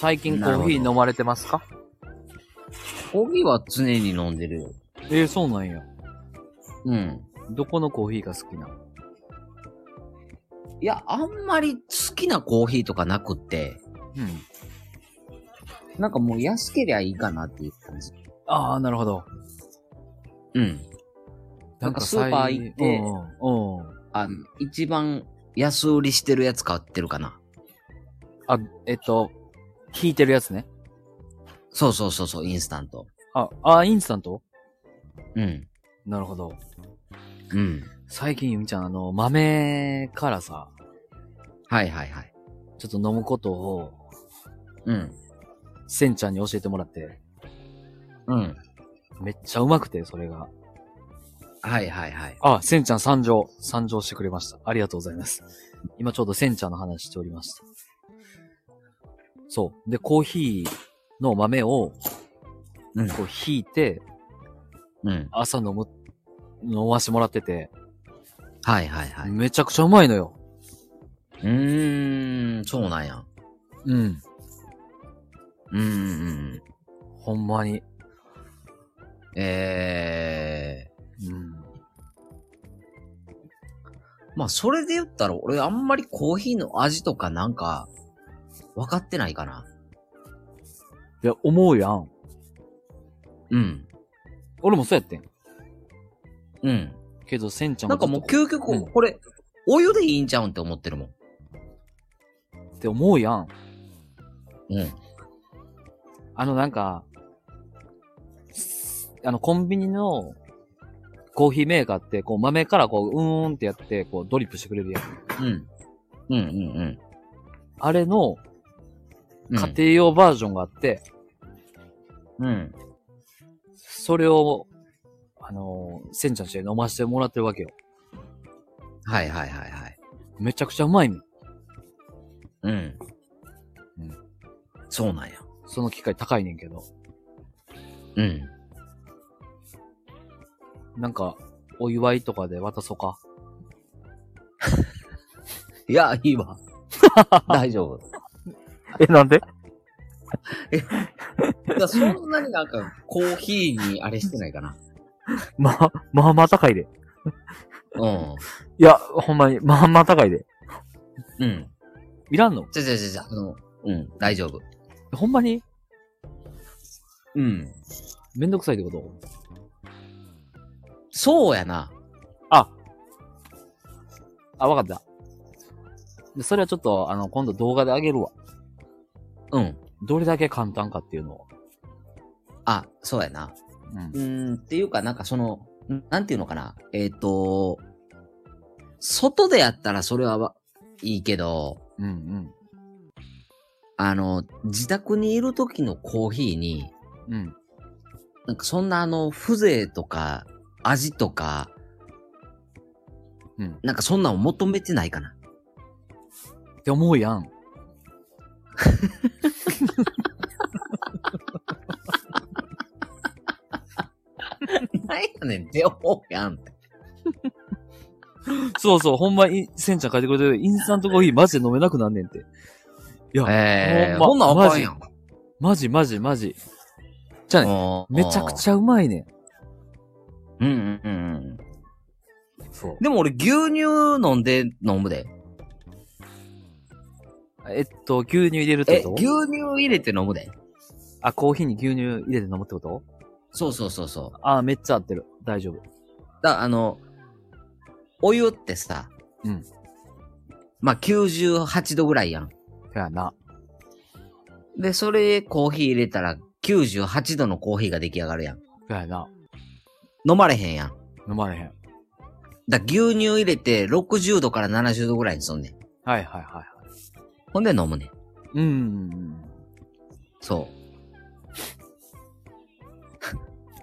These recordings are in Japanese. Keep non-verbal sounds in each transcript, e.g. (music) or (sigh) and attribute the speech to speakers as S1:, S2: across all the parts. S1: 最近コ
S2: なる
S1: ー
S2: ほ
S1: ヒ
S2: ど
S1: ー飲まれてますか
S2: コーヒーは常に飲んでるよ。
S1: えー、そうなんや。
S2: うん。
S1: どこのコーヒーが好きなの
S2: いや、あんまり好きなコーヒーとかなくって、
S1: うん。
S2: なんかもう安けりゃいいかなっていう感じ。
S1: ああ、なるほど。
S2: うん。なんかスーパー行って
S1: うん。うん。
S2: あの、一番安売りしてるやつ買ってるかな。
S1: あ、えっと、引いてるやつね。
S2: そうそうそうそう、インスタント。
S1: あ、あ、インスタント
S2: うん。
S1: なるほど。
S2: うん。
S1: 最近、ゆみちゃん、あの、豆からさ、
S2: はいはいはい。
S1: ちょっと飲むことを、
S2: うん。
S1: せんちゃんに教えてもらって、
S2: うん。
S1: めっちゃうまくて、それが。
S2: はいはいはい。
S1: あ、せんちゃん参上、参上してくれました。ありがとうございます。今ちょうどせんちゃんの話しておりました。そう。で、コーヒーの豆を、
S2: うん
S1: こう、引いて、
S2: うん。
S1: 朝飲む、飲ましてもらってて、
S2: はいはいはい。
S1: めちゃくちゃうまいのよ。
S2: うーん、そうなんや。
S1: うん。
S2: うんうんうん。
S1: ほんまに。
S2: え
S1: うん。
S2: ー、まあそれで言ったら俺あんまりコーヒーの味とかなんか、分かってないかな。
S1: いや、思うやん。
S2: うん。
S1: 俺もそうやってん。
S2: うん。
S1: けど、せんちゃん
S2: な
S1: が
S2: んかもう
S1: ちょっ
S2: 究極、
S1: うん
S2: これ、お湯でいいんちゃうんって思ってるもん。
S1: とって思うやん。
S2: うん。
S1: あの、なんか、すあの、コンビニのコーヒーメーカーって、こう、豆からこう、うーんってやって、こう、ドリップしてくれるやん。
S2: うん。うんうん
S1: あれの
S2: うん。
S1: 家庭用バージョンがあって、
S2: うん。
S1: それを、あのー、せんちゃんして飲ませてもらってるわけよ。
S2: はいはいはいはい。
S1: めちゃくちゃうまいねん。
S2: うん。
S1: うん
S2: そうなんや。
S1: その機械高いねんけど。
S2: うん。
S1: なんか、お祝いとかで渡そうか。
S2: いや、いい (laughs) わ。大丈夫。
S1: え、なんで
S2: いや、そんなになんか、コーヒーにあれしてないかな。
S1: (laughs) ま、まあまあ高いで。
S2: うん。
S1: いや、ほんまに、まあまあ高いで。
S2: うん。
S1: いらんの
S2: じゃじゃじゃじゃ、あの、うん、大丈夫。
S1: ほんまに
S2: うん。
S1: めんどくさいってこと
S2: そうやな。
S1: あ。あ、わかった。でそれはちょっと、あの、今度動画であげるわ。
S2: うん。
S1: どれだけ簡単かっていうのを。
S2: あ、そうやな。
S1: うん
S2: う。ーん、っていうか、なんかその、んなんていうのかな。えっ、と、外でやったらそれはわいいけど、
S1: うんうん。
S2: あの、自宅にいる時のコーヒーに、
S1: うん。
S2: なんかそんなあの、風情とか、味とか、
S1: うん。
S2: なんかそんなんを求めてないかな。
S1: って思うやん。
S2: なんやねん、って思うやん。
S1: そうそう、ほんまに、せんちゃん書いてくれてるインスタントコーヒーマジで飲めなくなんねんって。いや、
S2: ええー、
S1: ほ
S2: こ
S1: ん
S2: ん
S1: ま
S2: なんあかんやん。
S1: マジマジマジ。じゃあね、めちゃく
S2: ゃ。
S1: ちゃうまいね
S2: うんうんうんうん。
S1: ん。そう。
S2: でも俺牛乳飲んで飲むで。
S1: えっと、牛乳入れるって
S2: え、
S1: こ
S2: 牛乳
S1: と
S2: 入れて飲むで。
S1: あ、コーヒーに牛乳入れて飲むってこと
S2: そうそうそうそう。
S1: あ、めっちゃ合ってる。大丈夫。
S2: だ、あの、お湯ってさ、
S1: うん。
S2: まあ、98度ぐらいやん。
S1: そやな。
S2: で、それコーヒー入れたら98度のコーヒーが出来上がるやん。
S1: そやな。
S2: 飲まれへんやん。
S1: 飲まれへん。
S2: だ、牛乳入れて60度から70度ぐらいにすんねん。
S1: はいはいはい。
S2: ほんで飲むねん。
S1: うんうんうん。
S2: そう。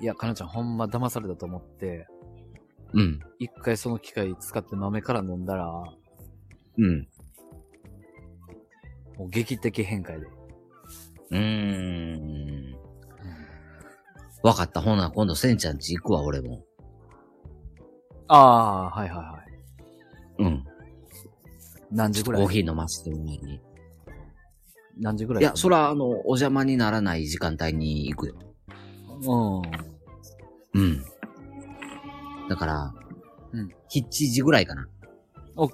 S1: いや、かなちゃんほんま騙されたと思って、
S2: うん。
S1: 一回その機械使って豆から飲んだら、も
S2: うん。
S1: う劇的変化やで。
S2: うーん。わかった。ほな、今度せんちゃんち行くわ、俺も。
S1: ああー、はいはいはい。
S2: うん。
S1: 何時
S2: コ
S1: ぐらい
S2: ーヒー飲ませてもらいに。
S1: 何時ぐらい
S2: いや、そら、あの、お邪魔にならない時間帯に行くよ。
S1: うん。
S2: うん。だから、
S1: うん。
S2: 7時ぐらいかな。 (laughs)
S1: お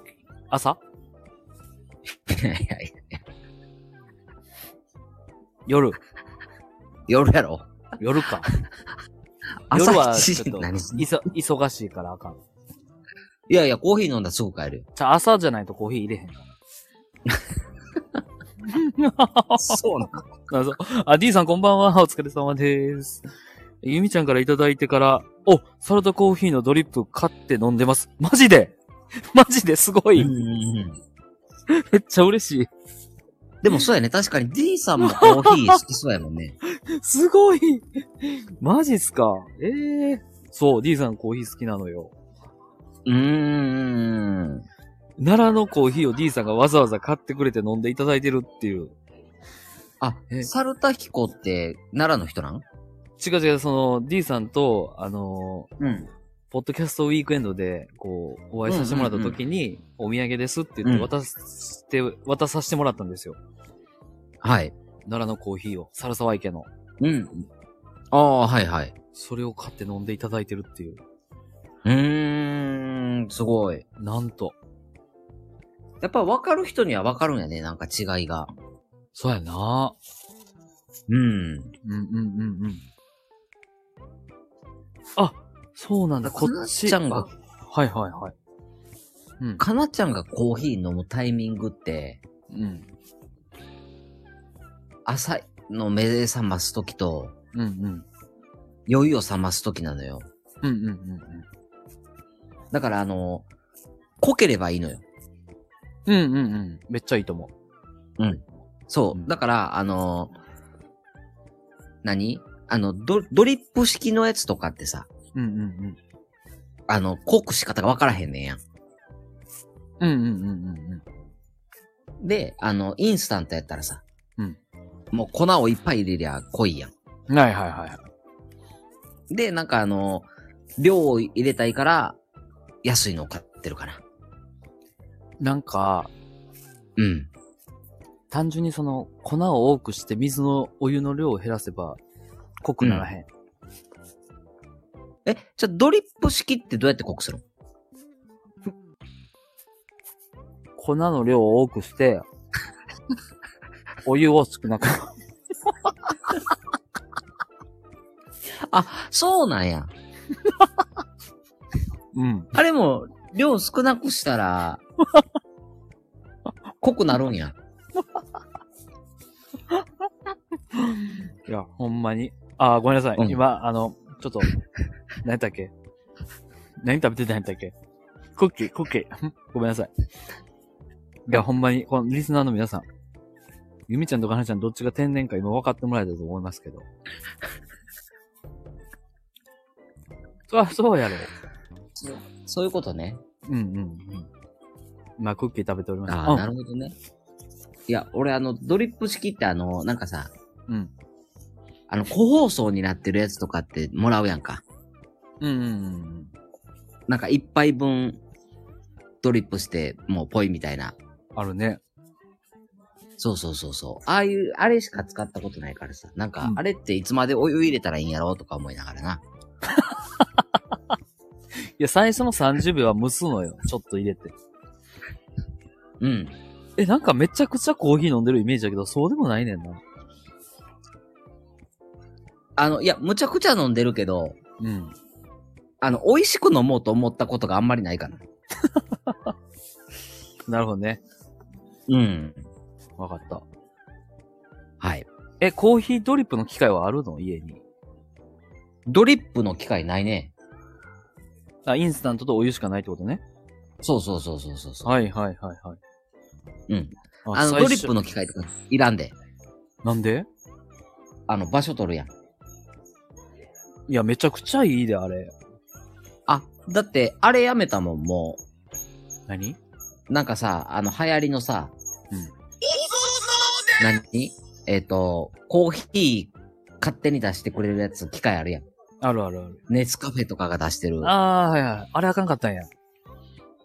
S1: 朝
S2: いやいやいや
S1: 夜
S2: 夜やろ。
S1: 夜 (laughs) か。
S2: 朝
S1: 夜は
S2: 7
S1: ちょっ
S2: 時
S1: と、
S2: 何してん
S1: いそ、忙しいからあかん。
S2: いやいや、コーヒー飲んだらすぐ帰るよ。
S1: じゃあ朝じゃないとコーヒー入れへんから。
S2: そうなの
S1: あそう (laughs) あ、D さんこんばんは。 (laughs) お疲れ様です。ゆみちゃんからいただいてから、お、サラダコーヒーのドリップ買って飲んでます。マジで (laughs) マジですごい。めっちゃ嬉しい。
S2: でもそうやね。確かに D さんもコーヒー好きそうやもんね。
S1: すごい。マジっすか。ええそう、D さんコーヒー好きなのよ。
S2: (laughs) うーん。
S1: 奈良のコーヒーを D さんがわざわざ買ってくれて飲んでいただいてるっていう。
S2: あ
S1: え、
S2: サルタヒコって奈良の人なん
S1: 違う違う、その D さんと、あのー
S2: うん。
S1: ポッドキャストウィークエンドで、こう、お会いさせてもらった時に、お土産ですって言って
S2: うん
S1: 渡して、渡させてもらったんですよ。
S2: はい。
S1: 奈良のコーヒーを、猿沢池の。
S2: うん。ああ、はいはい。
S1: それを買って飲んでいただいてるっていう。
S2: うーん、すごい。
S1: なんと。
S2: やっぱ分かる人には分かるんやね、なんか違いが。
S1: そうやな
S2: うん。
S1: うんうんうんうん。あ、そうなんだ、こ
S2: か
S1: っ
S2: な
S1: ち。
S2: ちゃんが
S1: あはいはいはい。うん。
S2: かなちゃんがコーヒー飲むタイミングって、
S1: うん。
S2: 朝の目で覚ますときと、
S1: うんうん。
S2: 酔いを覚ますときなのよ。
S1: うんうんうん
S2: だからあの、濃ければいいのよ。
S1: うん。うんうんうん。めっちゃいいと思
S2: そう。
S1: うん
S2: だから、あの、何あの、ド、ドリップ式のやつとかってさ、
S1: う。うんうんうん。
S2: あの、濃く仕方が分からへんねんやん。
S1: うんうんうんうん
S2: で、あの、インスタントやったらさ、
S1: うん
S2: もう粉をいっぱい入れりゃ濃いやん。
S1: うん。はいはいはい。
S2: で、なんかあの、量を入れたいから、安いのを買ってるかな。
S1: なんか、
S2: うん。
S1: 単純にその、粉を多くして水のお湯の量を減らせば、濃くならへん。
S2: え、じゃあドリップ式ってどうやって濃くするの
S1: 粉の量を多く (laughs) して、お湯を少なく。
S2: そうなんや。
S1: うん。
S2: あれも、量少なくした (laughs) ら、濃くなるんや。
S1: いや、ほんまに。あー、ごめんなさい。
S2: うん
S1: 今、あの、ちょっと、 (laughs) 何やったっけ何食べてたんやったっけクッキー、クッキー。 (laughs) ごめんなさい。いや、ほんまに、このリスナーの皆さん。ゆみちゃんとかなちゃんどっちが天然か今分かってもらえたと思います
S2: (laughs)
S1: けど。そら、そうやろ。
S2: そういうことね。
S1: うんうんうん。今、クッキー食べておりました。
S2: ああ、なるほどね。いや、俺あの、ドリップ式ってあの、なんかさ、
S1: うん。うん
S2: あの、個包装になってるやつとかってもらうやんか。
S1: うんうんうん
S2: なんか一杯分ドリップして、もうぽいみたいな。
S1: うん。あるね。
S2: そうそうそうそう。ああいう、あれしか使ったことないからさ。なんか
S1: う、ん
S2: あれっていつまでお湯入れたらいいんやろうとか思いながらな。
S1: いや、最初の30秒は蒸すのよ。ちょっと入れて。
S2: うん。
S1: え、なんかめちゃくちゃコーヒー飲んでるイメージだけど、そうでもないねんな。
S2: あの、いや、むちゃくちゃ飲んでるけど、
S1: うん。
S2: あの、美味しく飲もうと思ったことがあんまりないかな。
S1: なるほどね。
S2: うん。
S1: わかった。
S2: はい。
S1: え、コーヒードリップの機械はあるの家に。
S2: ドリップの機会ないね。
S1: あ、インスタントとお湯しかないってことね。
S2: そうそうそうそうそうそう。
S1: はいはいはいはい。
S2: うん。あの、
S1: 最
S2: ド
S1: 初
S2: リップの機械とかいらんで。
S1: なんで
S2: あの、場所取るやん。
S1: いや、めちゃくちゃいいで、あれ。
S2: あ、だって、あれやめたもん、も
S1: 何
S2: う。なんかさ、あの、流行りのさ、
S1: うん。
S2: 何えっ、と、コーヒー勝手に出してくれるやつ、機械あるやん。
S1: あるあるある。
S2: ネスカフェとかが出してる。
S1: あー、はいはい。あれあかんかったんや。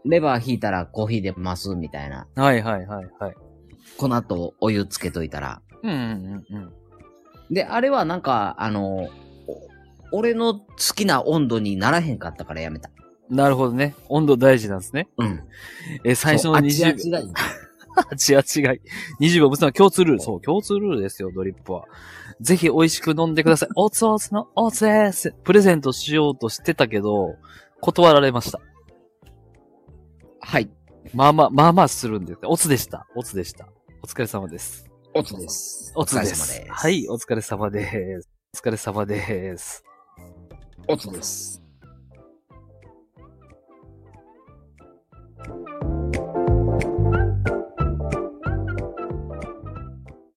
S2: レバー引いたらコーヒー出ます、みたいな。
S1: はいはいはいはい。
S2: 粉とお湯つけといたら。
S1: うんうんうんうん。
S2: で、あれはなんか、あの、お俺の好きな温度にならへんかったからやめた。
S1: なるほどね。温度大事なんですね。
S2: うん。
S1: え、最初の
S2: そうあ
S1: 20
S2: っちが違
S1: 違
S2: い。
S1: う違い。20秒ぶつの共通ルール。そう、共通ルールですよ、ドリップは。ぜひ美味しく飲んでくだ
S2: (laughs)
S1: さい。おつおつのおつです。プレゼントしようとしてたけど、断られました。
S2: はい。
S1: まあまあ、まあまあするんです。おつでした。おつでした。お疲れ様です。
S2: おつです。
S1: おつ
S2: お疲
S1: で
S2: れ様
S1: す。はい、お疲れ様です。お疲れ様です。
S2: おつです。